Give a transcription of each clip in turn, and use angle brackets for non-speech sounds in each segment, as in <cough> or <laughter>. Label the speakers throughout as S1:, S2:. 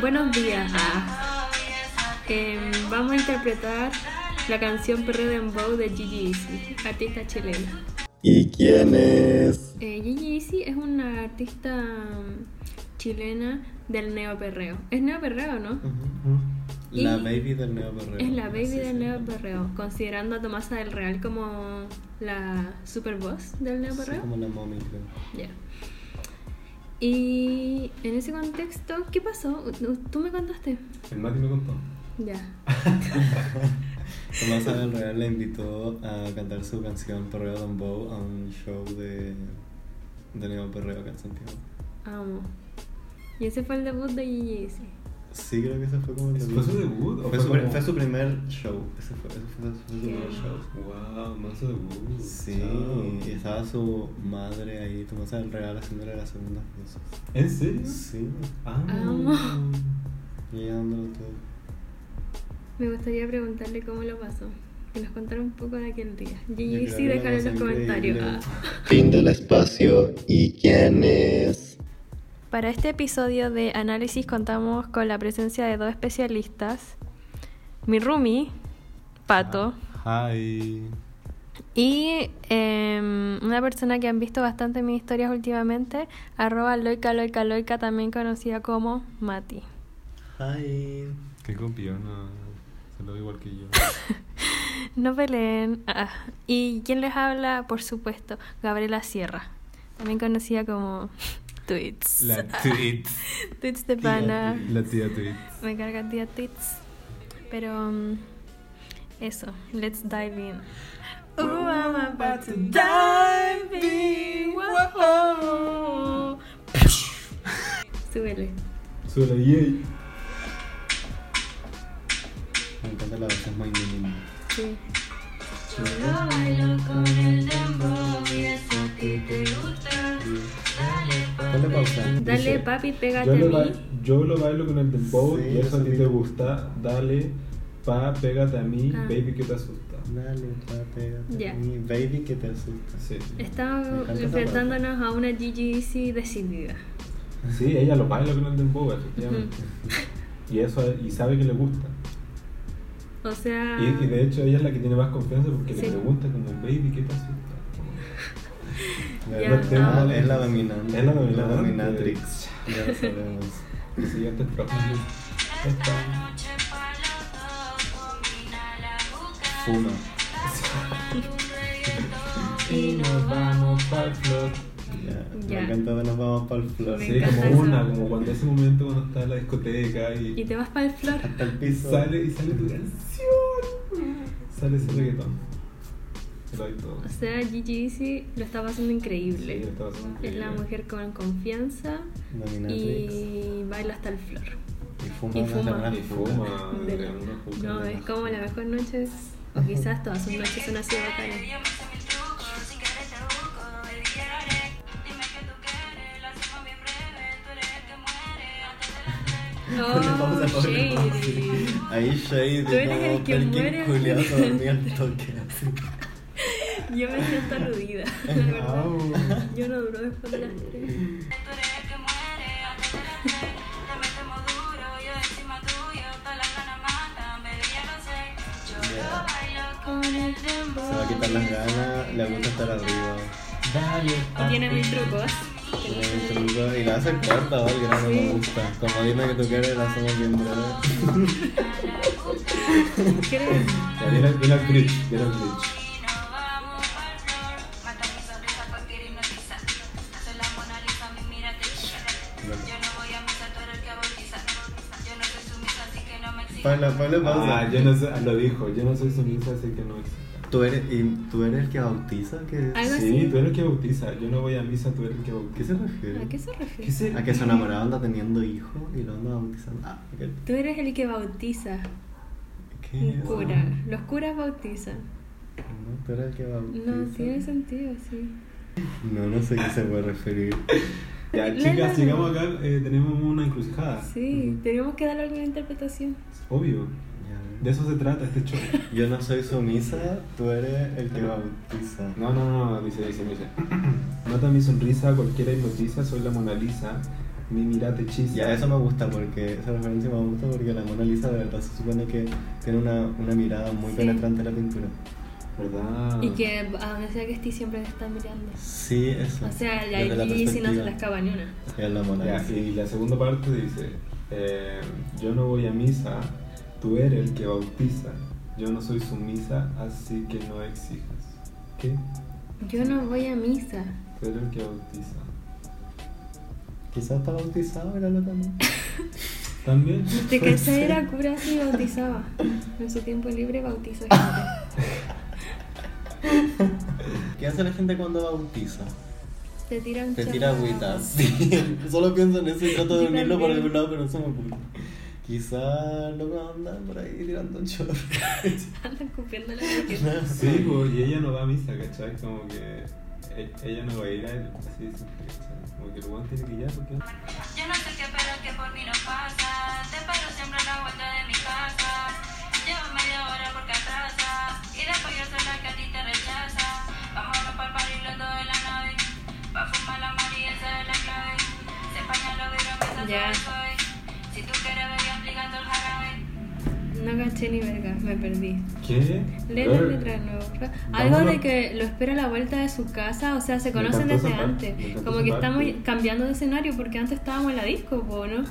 S1: Buenos días. Em, vamos a interpretar la canción Perreo Dembow de Gigi Easy, artista chilena.
S2: ¿Y quién es?
S1: Eh, Gigi Easy es una artista mm, chilena del neoperreo. Es neoperreo, ¿no?
S2: La
S1: Y-
S2: baby del neo perreo.
S1: Es la baby
S2: Sí,
S1: del
S2: sí.
S1: neoperreo, considerando a Tomasa del Real como la super voz del
S2: Sí,
S1: neoperreo.
S2: como la mommy, creo.
S1: Ya. Y en ese contexto, ¿qué pasó? U- Tú me contaste.
S2: El Mati me contó.
S1: Ya.
S2: Tomás del Real le invitó a cantar su canción Perreo Dembow a un show de, de neo perreo acá en Santiago.
S1: Amo. Y ese fue el debut de Gigi sí.
S2: Sí, creo que ese fue como el
S3: ¿Fue su debut
S2: Fue,
S3: o fue
S2: su, pri-
S3: como-
S2: fue su primer show. Ese fue, ese fue su- fue su primer show.
S3: Wow, más de bus.
S2: Sí, y estaba su madre ahí, Tomás del Real, haciéndole las segundas cosas.
S3: ¿En serio?
S2: Sí,
S3: Ah.
S1: Amo.
S2: y ella dándolo todo.
S1: Me gustaría preguntarle cómo lo pasó. Que nos contara un poco de aquel día. Gigi
S2: creo
S1: sí,
S2: que
S1: déjalo en
S2: lo
S1: los
S2: pasó
S1: comentarios.
S2: increíble.
S1: Ah.
S2: Fin del espacio. ¿Y quién es?
S1: Para este episodio de análisis contamos con la presencia de dos especialistas. Mi Rumi, Pato,
S2: Ah. Hi.
S1: y em, una persona que han visto bastante en mis historias últimamente, arroba loica loica loica, también conocida como Mati.
S2: Hi.
S3: Qué copiona. Se lo igual que yo.
S1: <laughs> No peleen. Ah, ¿Y quién les habla? Por supuesto, Gabriela Sierra, también conocida como <laughs> Tweets.
S3: La tweet.
S1: Tweets de
S2: Tía
S1: pana.
S2: Tweets.
S3: La tía tweet.
S1: Me carga tía Tweets. Pero mm, eso, let's dive in. Ooh, I'm about to dive in. Whoa. Súbele.
S3: Suena yay.
S2: Me encanta la voz, es muy mínima.
S1: Sí.
S4: Yo lo bailo con el dembow y eso a ti te gusta. Dale,
S2: Ponle pausa.
S1: Dale,
S2: Dice,
S1: papi, pégate
S3: Yo
S1: a
S3: lo,
S1: mí.
S3: ba- yo lo bailo con el dembow
S2: Sí,
S3: y eso a ti
S2: eso
S3: te
S2: mismo.
S3: gusta. Dale, pa, pégate a mí,
S1: Ah.
S3: baby, que te asusta.
S2: Dale, pa, pégate.
S1: Ya.
S2: Mi baby que te asusta.
S3: Sí.
S2: Me
S1: Estamos
S2: encanta esa
S1: enfrentándonos a una GGC decidida.
S3: Sí, ella lo baila con el dembow, efectivamente. Y eso, y sabe que le gusta.
S1: O sea.
S3: Y, y
S1: <laughs>
S3: de hecho ella es la que tiene más confianza porque
S1: Ah. Sí.
S3: le pregunta como, baby, ¿qué te asusta? Como,
S2: La
S1: Ya,
S2: verdad,
S1: ah.
S2: es la dominante.
S3: Es la dominante.
S2: dominatrix. Ya lo sabemos.
S3: El siguiente programa es-
S4: esta
S3: está-
S4: noche pa' los dos, combina la boca.
S2: Fuma.
S4: Dame un reggaetón
S3: Y nos vamos pa'l flor.
S2: Ya.
S1: Ya.
S2: Me encanta que nos vamos para el flor.
S1: Me
S3: Sí,
S1: encanta
S3: como
S1: eso.
S3: una, como cuando ese momento cuando estás en la discoteca
S1: Y
S3: y,
S1: te vas para el flor.
S2: Hasta el piso.
S3: sale y sale tu canción. Sale ese reggaetón. Te Lo hay todo.
S1: O sea, Gigi Easy lo está pasando increíble.
S3: Sí, estaba haciendo
S1: es la
S3: increíble.
S1: mujer con confianza
S2: Dominatrix.
S1: y baila hasta el flor.
S2: Y fuma.
S1: y
S2: una
S1: fuma.
S2: semana
S3: Y Ah, fuma,
S1: De la-
S3: de una juca.
S1: No, es como la mejor noche. es- O quizás todas sus noches son así de bacanas.
S4: Yo me sé mil trucos, sin querer te busco, baby, quiere. Dime que tú quieres, lo hacemos bien breve, tú eres el que muere. Antes de las tres,
S2: Ponle pausa,
S1: Oh,
S2: ponle pausa.
S1: shady.
S2: Ahí Shady,
S1: Tú eres el que muere.
S2: Julián
S1: <laughs>
S2: se dormía al toque. así.
S1: Yo me siento
S2: <laughs>
S1: aludida, la verdad.
S3: Au.
S1: Yo no duro después de las tres.
S4: tú eres el que muere. Antes de las tres, le metemos duro, yo encima tuyo, todas las ganas matan, baby, ya lo sé. Yo lo
S2: Ya.
S4: bailo con el dembow.
S2: Se va a quitar las ganas, le gusta estar arriba.
S3: Dale,
S1: Y
S3: papi.
S1: Ah, tiene mil trucos.
S2: Tiene un truco y la hace corta, ¿vale? Que no me gusta. Como dime que tú quieres, la hacemos bien breve.
S1: <laughs> ¿Qué <laughs> eres?
S3: Ya, Viene viene el bridge, viene el bridge.
S4: Y nos vamos pa'l flor. Mata mi sonrisa cualquier hipnotiza. Soy la Mona Lisa, mi mira te hechizará. Yo no voy a misa, tú eres el que bautiza. Yo no soy sumisa, así que no me exijas.
S2: Pablo, Pablo, pausa.
S3: Ah, yo no sé, lo dijo, yo no soy sumisa, así que no existe.
S2: ¿Tú, eres, y, ¿Tú eres el que bautiza? ¿Qué,
S1: Algo
S3: Sí,
S1: así.
S3: tú eres el que bautiza. Yo no voy a misa, tú eres el que
S2: ¿qué se
S3: bautiza.
S2: refiere?
S1: ¿A qué se refiere?
S3: ¿Qué se-
S2: A que su enamorado anda teniendo hijos y lo anda bautizando. Ah, ¿qué?
S1: Tú eres el que bautiza.
S2: ¿Qué?
S1: Un cura. Los curas bautizan.
S2: No, tú eres el que bautiza.
S1: No, tiene sentido, sí.
S2: No, no sé a qué se puede referir.
S1: <laughs>
S3: Ya,
S1: La, la, la.
S3: chicas, llegamos acá, eh, tenemos una
S2: Ah.
S3: encrucijada.
S1: Sí, tenemos que darle alguna interpretación.
S3: Obvio. De
S2: Ya.
S3: eso se trata este show.
S2: Yo no soy sumisa, tú eres el que bautiza.
S3: <laughs> No, <clears throat> no, no, dice, dice, dice. Nota mi sonrisa, cualquiera hipnotiza, soy la Mona Lisa. Mi mirate chis.
S2: Ya, eso me gusta porque, esa referencia me gusta porque la Mona Lisa de verdad se supone que tiene una, una mirada muy
S1: Sí.
S2: penetrante en la pintura.
S3: ¿Verdad?
S2: Ah.
S1: Y que a donde sea que esté siempre te está mirando.
S2: Sí, eso.
S1: O sea, y
S2: Desde la
S1: ahí si no se
S2: perspectiva.
S1: la escapa ni una.
S2: Es la Mona
S3: Ya,
S2: Lisa.
S3: y la segunda parte dice, eh, yo no voy a misa, tú eres el que bautiza, yo no soy sumisa, así que no exijas. ¿Qué?
S1: Yo no voy a misa.
S3: Tú eres el que bautiza.
S2: Quizás está bautizado, era lo también.
S3: ¿También?
S1: De
S2: Puede
S1: que esa
S2: ser.
S1: era cura y bautizaba. En su tiempo libre
S2: <laughs>
S1: bautiza gente.
S2: ¿Qué hace la gente cuando bautiza?
S1: Te tira un
S2: Te
S1: chorro.
S2: tira agüita. Sí. <laughs> Solo pienso en eso y trato de
S1: Yo
S2: unirlo por
S1: también.
S2: algún lado, pero no se me ocurre. Quizás loco andan por ahí tirando
S1: <laughs>
S2: un chorro. <laughs>
S1: Anda escupiendo la boqueta.
S3: Sí, pues, y ella no va a misa, ¿cachai? Como que e- ella no va a ir a él, así siempre, ¿cachai? Como que el guante tiene que ir ya, ¿por qué?
S4: Yo no sé qué, pero que por mí no pasa. Te paro siempre a la vuelta de mi casa. Llevo media hora porque atrasa. Y después yo soy la que a ti te rechaza. Vámonos pa'l party los dos de la nave. Pa' fumar la mari, esa es la clave. Se pañan los vidrios, que
S1: Ya.
S4: yeah. soy. Si tú quieres, ve aplicando el jarabe.
S1: No caché ni verga, me perdí.
S3: ¿Qué?
S1: Lee la
S3: Girl.
S1: letra de nuevo. Algo
S3: Vámonos.
S1: de que lo espera a la vuelta de su casa, o sea, se
S3: Me
S1: conocen
S3: encantó
S1: desde
S3: esa parte, me
S1: antes.
S3: encantó
S1: Como
S3: esa
S1: que
S3: parte.
S1: estamos cambiando de escenario porque antes estábamos en la disco, po, ¿no?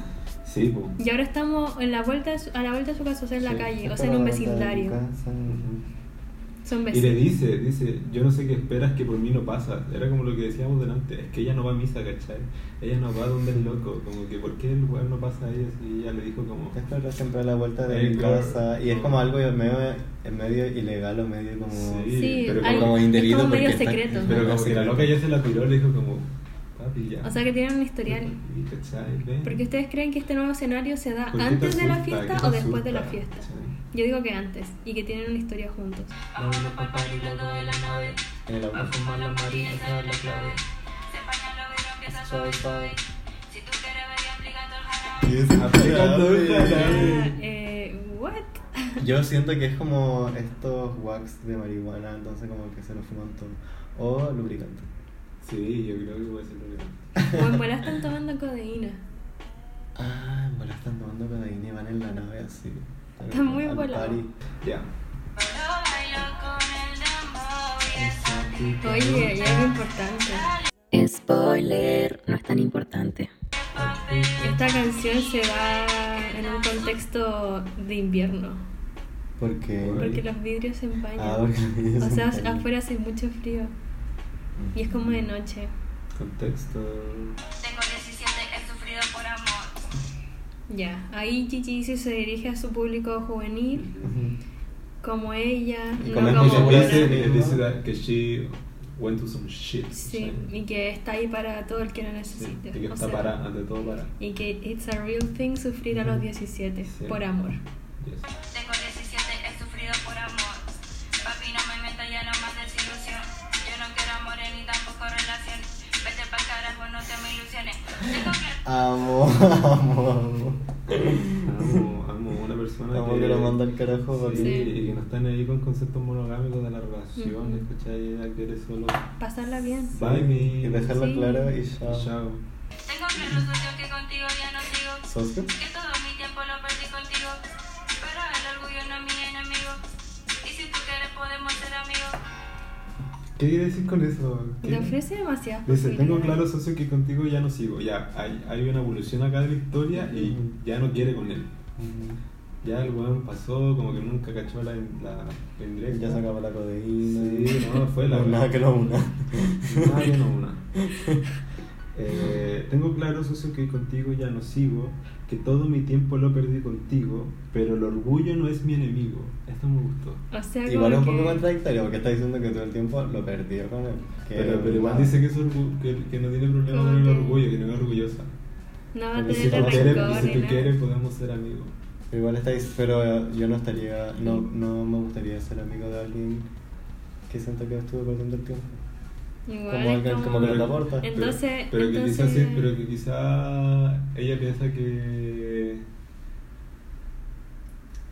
S3: Sí, pues.
S1: Y ahora estamos en la vuelta de su- a la vuelta de su casa, o sea, en la
S2: Sí.
S1: calle, o
S2: Está
S1: sea, en un
S2: la vuelta de tu
S1: vecindario.
S2: casa.
S1: Son
S3: Y le
S1: vecinos.
S3: dice, dice, yo no sé qué esperas que por mí no pasa. Era como lo que decíamos delante, es que ella no va a misa, ¿cachai? Ella no va donde el loco, como que ¿por qué el weón no pasa a ella? Y ella le dijo como,
S2: Te espero siempre a la vuelta de
S3: Eh,
S2: mi
S3: claro.
S2: casa. Y es como algo medio, medio ilegal o medio como.
S3: Sí.
S1: Sí,
S3: pero
S1: hay-
S2: como
S1: es
S2: indebido
S1: como medio
S2: porque está-
S1: secreto.
S3: pero como que la loca ya se la tiró, le dijo como, papi, ya.
S1: O sea, que tienen un historial.
S3: Y, ¿cachai? Ven.
S1: Porque ustedes creen que este nuevo escenario se da
S3: ¿Por qué te
S1: antes de la
S3: asusta?
S1: fiesta
S3: ¿Qué te
S1: o después de la
S3: asusta?
S1: fiesta.
S3: Sí.
S1: Yo digo que antes y que tienen una historia juntos.
S4: Vámonos pa'l party los dos de la nave.
S2: En el
S4: Pa'
S2: agua
S4: fumar la
S2: Mari,
S4: mari,
S2: esa
S4: esa
S2: es la clave.
S4: Se pañan los vidrios, empieza
S2: Soy,
S4: soy,
S2: soy.
S4: soy. Si tú quieres, ve aplicando el jarabe.
S2: Y es pues.
S3: Aplicando el
S2: clave.
S3: jarabe.
S1: Ah, eh, what?
S2: Yo siento que es como estos wax de marihuana, entonces como que se lo fuman todo. O lubricante.
S3: Sí, yo creo que puede ser lo que...
S1: O en bolas están tomando codeína.
S2: Ah, en bola están tomando codeína y van en la nave así.
S1: Está muy
S2: Al
S1: volado.
S2: party.
S3: Ya.
S4: Pero bailo con el dembow y esa
S1: Oye, y algo importante.
S5: Spoiler, no es tan importante.
S1: Esta canción se da en un contexto de invierno.
S2: Porque.
S1: Porque los vidrios se empañan.
S2: Ah, porque los vidrios
S1: o
S2: se
S1: sea,
S2: empañan.
S1: afuera hace mucho frío. Y es como de noche.
S3: Contexto.
S4: Tengo 17, he sufrido por amor.
S1: Ya, ahí Gigi Easy se dirige a su público juvenil,
S2: Ujú.
S1: como ella,
S2: Y
S1: no
S2: como es
S1: como
S2: muy
S3: Y le
S2: segura
S1: otra.
S2: de
S3: dice,
S2: sí
S3: y le
S2: misma.
S3: dice that- que she went to some shit.
S1: Sí,
S3: ¿cachai?
S1: y que está ahí para todo el que lo
S3: Sí,
S1: necesite.
S3: y que
S1: o
S3: está
S1: sea,
S3: para, ante todo para.
S1: y que it's a real thing sufrir a los 17
S3: Sí.
S1: por amor.
S3: Yes.
S4: Tengo 17, he sufrido por amor. Papi, no me meta ya no más desilusión. Yo no quiero amores ni tampoco relación. Vete pa'l carajo, no te me ilusiones. Tengo que
S2: Amo, <laughs> amo, amo.
S3: Amo, amo una persona
S2: Mm. Amo que lo manda al carajo para
S3: Sí,
S1: Sí.
S3: y que no están ahí con conceptos monogámicos de las relaciones, ¿cachai? Ella quiere solo
S1: Pasarla bien.
S3: bye me
S2: Y dejarlo
S1: Sí.
S2: claro y
S3: y
S2: ya.
S3: chao.
S4: Tengo claro socio que contigo ya no sigo.
S2: ¿Socio?
S4: Que todo mi tiempo lo perdí contigo. Pero el orgullo no es mi enemigo. Y si tú quieres podemos ser amigos.
S3: ¿Qué quiere decir con eso? ¿Qué?
S1: Te ofrece demasiadas
S3: Dice, tengo
S1: posibilidades.
S3: claro, socio, que contigo ya no sigo. Ya, hay, hay una evolución acá de la historia y
S2: Ujú.
S3: ya no quiere con él.
S2: Ujú.
S3: Ya el weón pasó, como que nunca cachó la, la, la indirecta.
S2: Ya se acabó la codeína.
S3: Sí, no, fue la
S2: Nada que lo una.
S3: Nada, yo
S2: <laughs>
S3: no una. Eh, tengo claro, socio, que contigo ya no sigo, que todo mi tiempo lo perdí contigo, pero el orgullo no es mi enemigo. Esto me gustó.
S1: O sea, como
S2: Igual es un
S1: que-
S2: poco contradictorio porque está diciendo que todo el tiempo lo perdió con él. Que
S3: Pero, pero igual
S2: nada.
S3: dice que, es orgu- que, que no tiene problema
S1: Como
S3: con el
S1: que-
S3: orgullo, que no es orgullosa.
S1: No va a
S2: Porque
S3: Y si
S1: tener
S3: tú
S2: rencor
S3: quieres,
S1: rencor
S3: y si
S1: ni
S3: tú
S1: nada.
S3: quieres podemos ser amigos.
S2: Igual estáis, pero yo no estaría, no, no me gustaría ser amigo de alguien que siento que estuve perdiendo el tiempo.
S1: Igual
S2: Como
S1: es
S2: alguien como que
S1: como-
S2: no te aporta.
S1: en- Entonces-
S3: pero, pero que quizás
S1: entonces-
S3: sí, pero que quizá ella piensa que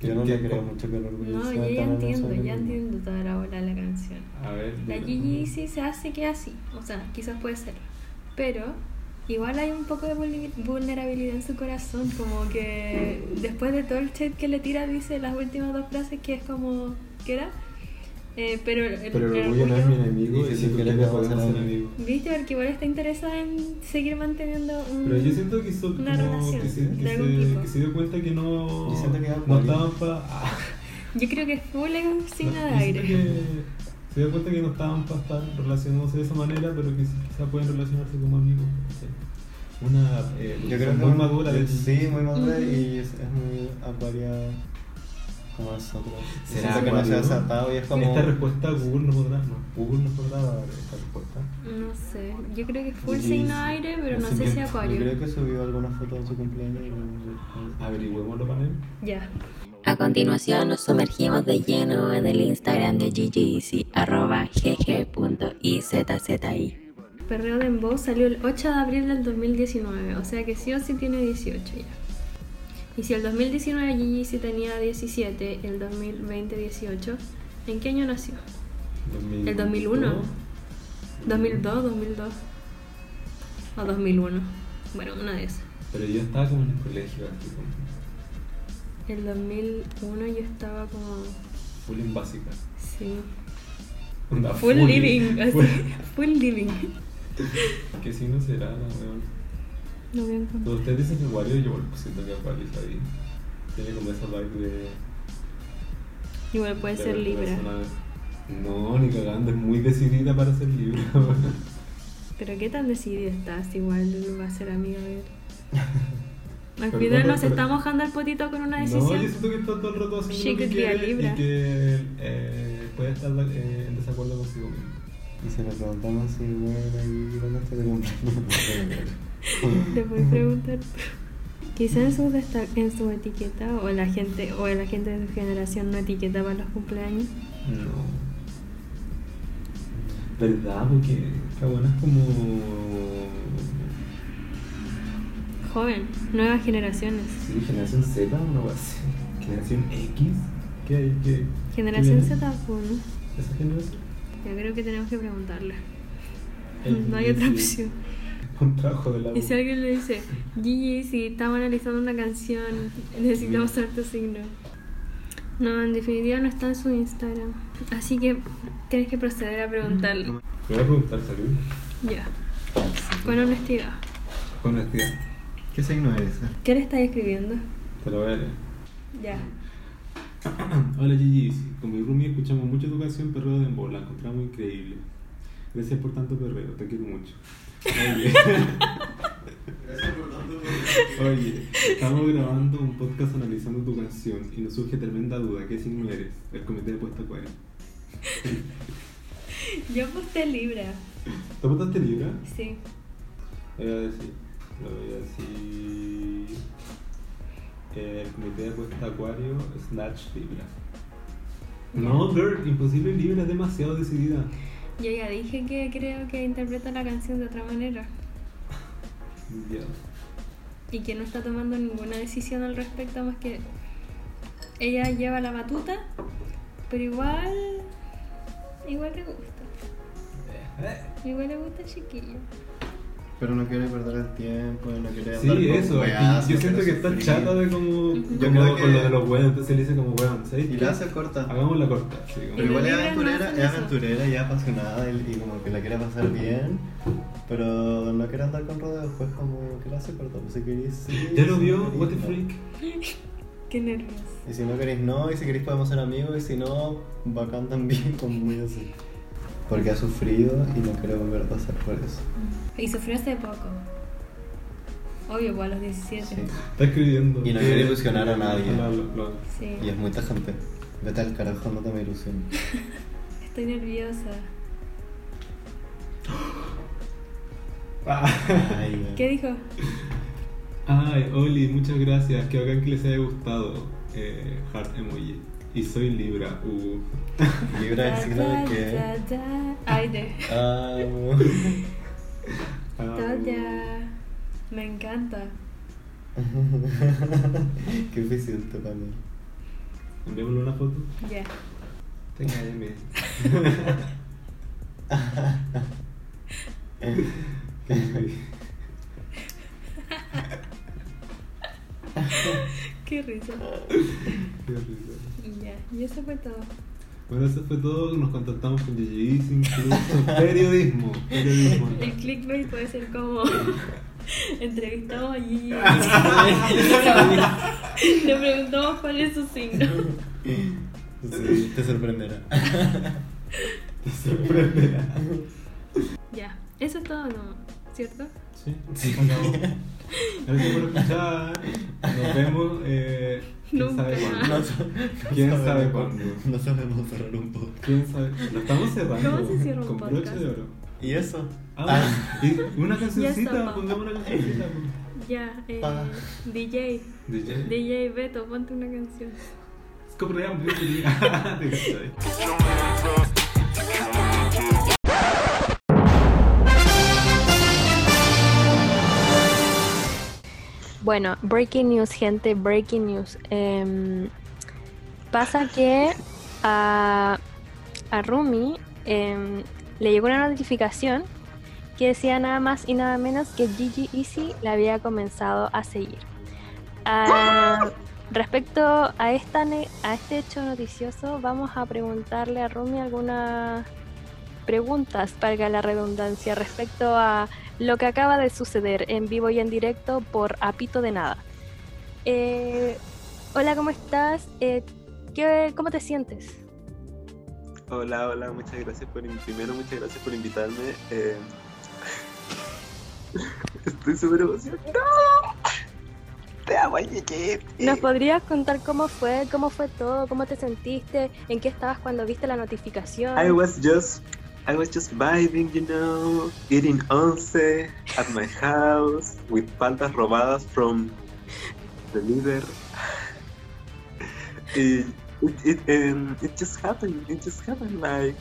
S2: Yo no le
S3: que-
S2: creo mucho que el orgullo
S1: No,
S2: sea
S1: yo ya
S2: tan
S1: entiendo,
S2: razonable.
S1: ya entiendo toda la bola de la canción.
S3: a ver
S1: La
S3: dilo.
S1: Gigi sí se hace que así, o sea, quizás puede ser. Pero Igual hay un poco de vulne- vulnerabilidad en su corazón, como que después de todo el shade que le tira dice las últimas dos frases que es como, ¿qué era? Eh, pero el,
S3: Pero el orgullo no es mi enemigo
S2: Y
S3: y
S2: si
S3: si
S2: tú
S3: tú
S2: quieres,
S3: quieres
S2: podemos ser
S3: podemos ser amigos.
S1: Viste, porque igual está interesada en seguir manteniendo un...
S3: Pero yo siento que hizo
S1: Una
S3: como
S1: relación
S3: que se, que
S1: de algún
S3: se-
S1: tipo.
S3: que se dio cuenta que no,
S2: Yo siento que era
S3: no
S2: Acuario.
S3: estaban para...
S1: <laughs> Yo creo que es full
S3: No,
S1: encina de
S3: yo
S1: aire.
S3: siento que Se dio cuenta que no estaban para estar relacionándose de esa manera, pero que sí, quizá pueden relacionarse como amigos. ¿cachai? Una eh,
S2: Yo creo que
S3: muy madura. de-
S2: Sí, muy madura y es, es muy acuaria como nosotros. Y
S3: ¿Será
S2: Siento que no se ha
S3: acuario?
S2: desatado y es como.
S3: Esta respuesta Google nos podrá, no, Google nos podrá dar esta respuesta.
S1: No sé, yo creo que es full
S3: Sí,
S1: signo
S3: sí.
S1: aire, pero Pues no
S3: Así
S1: sé
S3: que
S1: si
S3: yo
S2: Yo creo
S1: acuario.
S2: que subió alguna foto de su cumpleaños. y no-
S3: Averigüémoslo, panel.
S1: Ya.
S5: A continuación nos sumergimos de lleno en el Instagram de GGC, arroba gg.izzi.
S1: Perreo de Dembow salió el 8 de abril del 2019, o sea que sí o sí tiene 18 ya. Y si el 2019 Gigi sí tenía 17, el 2020 18, ¿en qué año nació? El 2001. 2002, 2002. O 2001. Bueno, una de esas.
S3: Pero yo estaba como en el colegio, así como
S1: El 2001 yo estaba como...
S3: full en básica.
S1: Sí.
S3: Onda,
S1: Ah, Full, living. así, Full,
S3: full-
S1: living.
S3: ¿Qué signo será, la weón?
S1: No voy a encontrar.
S3: Cuando ustedes dicen Acuario, yo bueno, siento que Acuario está bien. Tiene como esa vibe de.
S1: Igual puede
S3: de
S1: ser Libra.
S3: persona- No, ni cagando, es muy decidida para ser Libra. <laughs> weón.
S1: Pero qué tan decidida estás, igual va a ser amiga de
S3: <laughs>
S1: él. Al
S3: Pero
S1: final
S3: no,
S1: nos
S3: pero-
S1: está mojando el potito con una
S3: No, yo
S1: decisión. <laughs>
S3: siento que está todo el rato haciendo
S1: She
S3: lo que
S1: could be a
S3: quiere
S1: Libra.
S3: y que eh, puede estar eh, en desacuerdo consigo mismo.
S2: Y se le preguntamos si, bueno, ¿y cuándo está tu <laughs> cumpleaños?
S1: Te puedes preguntar. Quizá en su, desta- en su etiqueta o la gente o la gente de su generación no etiquetaba los cumpleaños.
S3: No. ¿Verdad? Porque Cabana es como.
S1: Joven, nuevas generaciones.
S3: Sí, generación Z, una wea así. Generación X. ¿Qué hay? ¿Qué?
S1: Generación
S3: qué viene?
S1: Z, pues, ¿no?
S3: ¿Esa generación?
S1: Yo creo que tenemos que preguntarle.
S3: X,
S1: <laughs> No hay otra
S3: sí.
S1: opción.
S3: Un trabajo de la
S1: Y si alguien le dice, Gigi, si estamos analizando una canción, necesitamos saber tu signo. No, en definitiva no está en su Instagram. Así que tienes que proceder a preguntarle.
S3: Me voy a preguntar, salud.
S1: Ya. Con honestidad.
S3: Con honestidad.
S2: ¿Qué signo eres?
S1: ¿Qué le estás escribiendo?
S3: Te lo voy a leer.
S1: Ya.
S3: Hola Gigi, con mi roomie escuchamos mucho tu canción Perreo de Embo, la encontramos increíble. Gracias por tanto perreo, te quiero mucho. Oye. Oye, estamos grabando un podcast analizando tu canción y nos surge tremenda duda, ¿qué signo eres? El comité ha puesto cuál.
S1: Yo aposté Libra.
S3: ¿Te apuntaste Libra?
S1: Sí.
S3: Lo voy a decir. Lo voy a decir. Eh, El comité ha puesto Acuario, Snatch Libra. No, girl, imposible Libra, es demasiado decidida.
S1: Yo ya dije que creo que interpreta la canción de otra manera
S3: Ya.
S1: y que no está tomando ninguna decisión al respecto más que ella lleva la batuta, pero igual igual le gusta. Igual le gusta chiquillo.
S2: Pero no quiere perder el tiempo, no quiere andar
S3: Sí,
S2: con
S3: eso.
S2: weas,
S3: y yo
S2: no
S3: siento que
S2: quiere
S3: está
S2: sufrir.
S3: chata de como.
S2: Yo
S3: como
S2: creo
S3: con lo
S2: que-
S3: de los weones. Entonces le dice como weón, ¿sabes?
S2: Y
S3: qué?
S2: la hace corta.
S3: Hagamos la corta. Sí, como-
S2: Pero igual es
S1: Pero no
S2: aventurera,
S1: hacen
S2: es
S1: eso.
S2: aventurera y apasionada y, y como que la quiere pasar bien, pero no quiere andar con rodeos, pues como que la hace corta, pues si queréis sí,
S3: ¿Ya
S2: y
S3: lo
S2: si
S3: vio?
S2: no queréis,
S3: What the
S2: no.
S3: freak.
S1: Qué nervios.
S2: Y si no queréis no, y si queréis podemos ser amigos, y si no, bacán también, <laughs> como muy así. Porque ha sufrido y no quiere volver a pasar por eso.
S1: Y sufrió hace poco. Obvio, pues, a los 17.
S2: Sí.
S3: Está escribiendo. Eh,
S2: Y no quiere ilusionar a nadie.
S3: Ojalá lo- lo-
S1: Sí.
S2: Y es muy tajante. Vete al carajo, no te me ilusiones. <laughs>
S1: Estoy nerviosa.
S3: Ah.
S2: Ay,
S1: ¿Qué dijo?
S3: <laughs> Ay, Oli, muchas gracias. Que hagan que les haya gustado. Eh, heart emoji. Y soy Libra. Uh.
S2: Libra el signo de
S1: Da,
S2: que.
S1: da, da. Aire.
S2: Ah,
S3: Ah,
S1: Toya. Me encanta.
S2: Qué eficiente para mí.
S3: uh. Enviémosle una foto.
S1: Ya.
S3: Tenga M.
S6: Qué risa.
S3: Qué horrible.
S6: Y ya, y eso fue todo.
S3: Bueno, eso fue todo. Nos contactamos con GG sin incluso <laughs> periodismo. Periodismo.
S6: El clickbait puede ser como <laughs> entrevistamos a Gigi. Le preguntamos cuál es su signo.
S2: Sí, te sorprenderá.
S3: Te sorprenderá.
S6: Ya, eso es todo, ¿no? ¿Cierto?
S3: Sí, <laughs> sí. Gracias por escuchar. Nos vemos. Eh, quién
S6: Nunca
S3: sabe
S6: más.
S2: No
S3: cuándo.
S2: sa- no
S3: ¿Quién
S2: sabemos-
S3: sabe cuándo?
S2: No sabemos cerrar un podcast.
S3: ¿Quién sabe? Lo estamos cerrando.
S6: ¿Cómo se cierra un
S3: Con
S6: podcast?
S3: broche de oro.
S2: ¿Y eso?
S3: Ah, y una cancioncita.
S6: está, pa.
S3: Pongamos una cancioncita.
S6: Ya, eh,
S2: Pa.
S6: DJ,
S3: DJ.
S6: DJ Beto, ponte una canción.
S3: Compramos, yo <laughs> quería. Te cachai.
S1: Bueno, breaking news, gente, breaking news. Em, pasa que a, a Rumi em, le llegó una notificación que decía nada más y nada menos que Gigi Easy la había comenzado a seguir. Ah, respecto a, esta, ne- a este hecho noticioso, vamos a preguntarle a Rumi algunas preguntas, para la redundancia, respecto a lo que acaba de suceder en vivo y en directo por Apito de Nada. Eh, hola, ¿cómo estás? Eh, ¿qué- ¿Cómo te sientes?
S7: Hola, hola, muchas gracias por in- primero muchas gracias por invitarme. eh. <laughs> Estoy súper emocionado. Te amo, Gigi.
S1: ¿Nos podrías contar cómo fue, cómo fue todo, cómo te sentiste, en qué estabas cuando viste la notificación?
S7: I was just I was just vibing, you know, eating once at my house with paltas robadas from the leader. <sighs> it, it, it, um, it just happened. It just happened like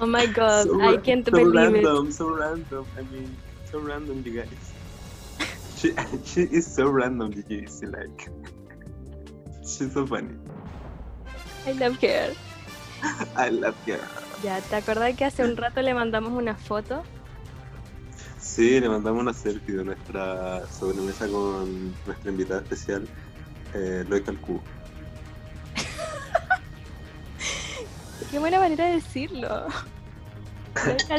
S1: Oh my god,
S7: so,
S1: I
S7: ra-
S1: can't
S7: so
S1: believe it.
S7: random, so random. I mean, so random, you guys. <laughs> She, she is so random, you see, like. <laughs> She's so funny.
S1: I love her.
S7: I love her.
S1: Ya, ¿te acordás que hace un rato le mandamos una foto?
S7: Sí, le mandamos una selfie de nuestra sobremesa con nuestra invitada especial, eh, Loic Alcú.
S1: Qué buena manera de
S7: <laughs>
S1: decirlo.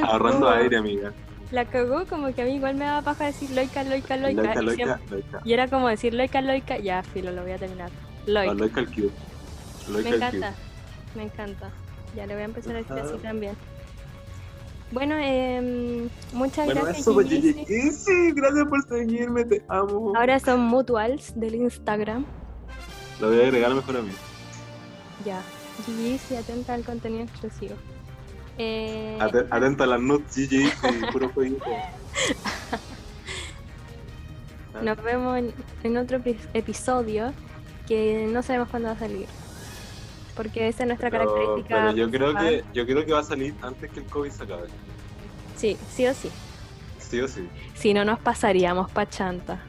S7: Ahorrando aire, amiga.
S1: La cagó, como que a mí igual me daba paja decir loica, loica, loica.
S7: Loica,
S1: y siempre-
S7: Loica, Loica.
S1: Y era como decir loica, loica, ya, filo, lo voy a terminar.
S7: O
S1: Loica.
S7: Ah, Loica Alcú.
S1: me
S7: Loica
S1: encanta, me encanta. Ya le voy a empezar a decir así
S7: Ajá.
S1: también. Bueno, em, muchas
S7: Bueno,
S1: gracias.
S7: eso, pues,
S1: Gigi.
S7: Gigi. Y sí, gracias por seguirme, te amo.
S1: Ahora son mutuals del Instagram.
S7: Lo voy a agregar a mejor amigo.
S1: Ya. Gigi se atenta al contenido exclusivo. Eh,
S7: Aten- Atento a las nuts, GG, sí, puro jueguito.
S1: nos vemos en, en otro epi- episodio que no sabemos cuándo va a salir. Porque esa es nuestra
S7: Pero,
S1: <laughs> característica.
S7: pero yo creo que
S1: principal.
S7: yo creo que va a salir antes que el COVID se acabe.
S1: Sí, sí o sí.
S7: Sí o sí.
S1: Si no, nos pasaríamos pa' chanta.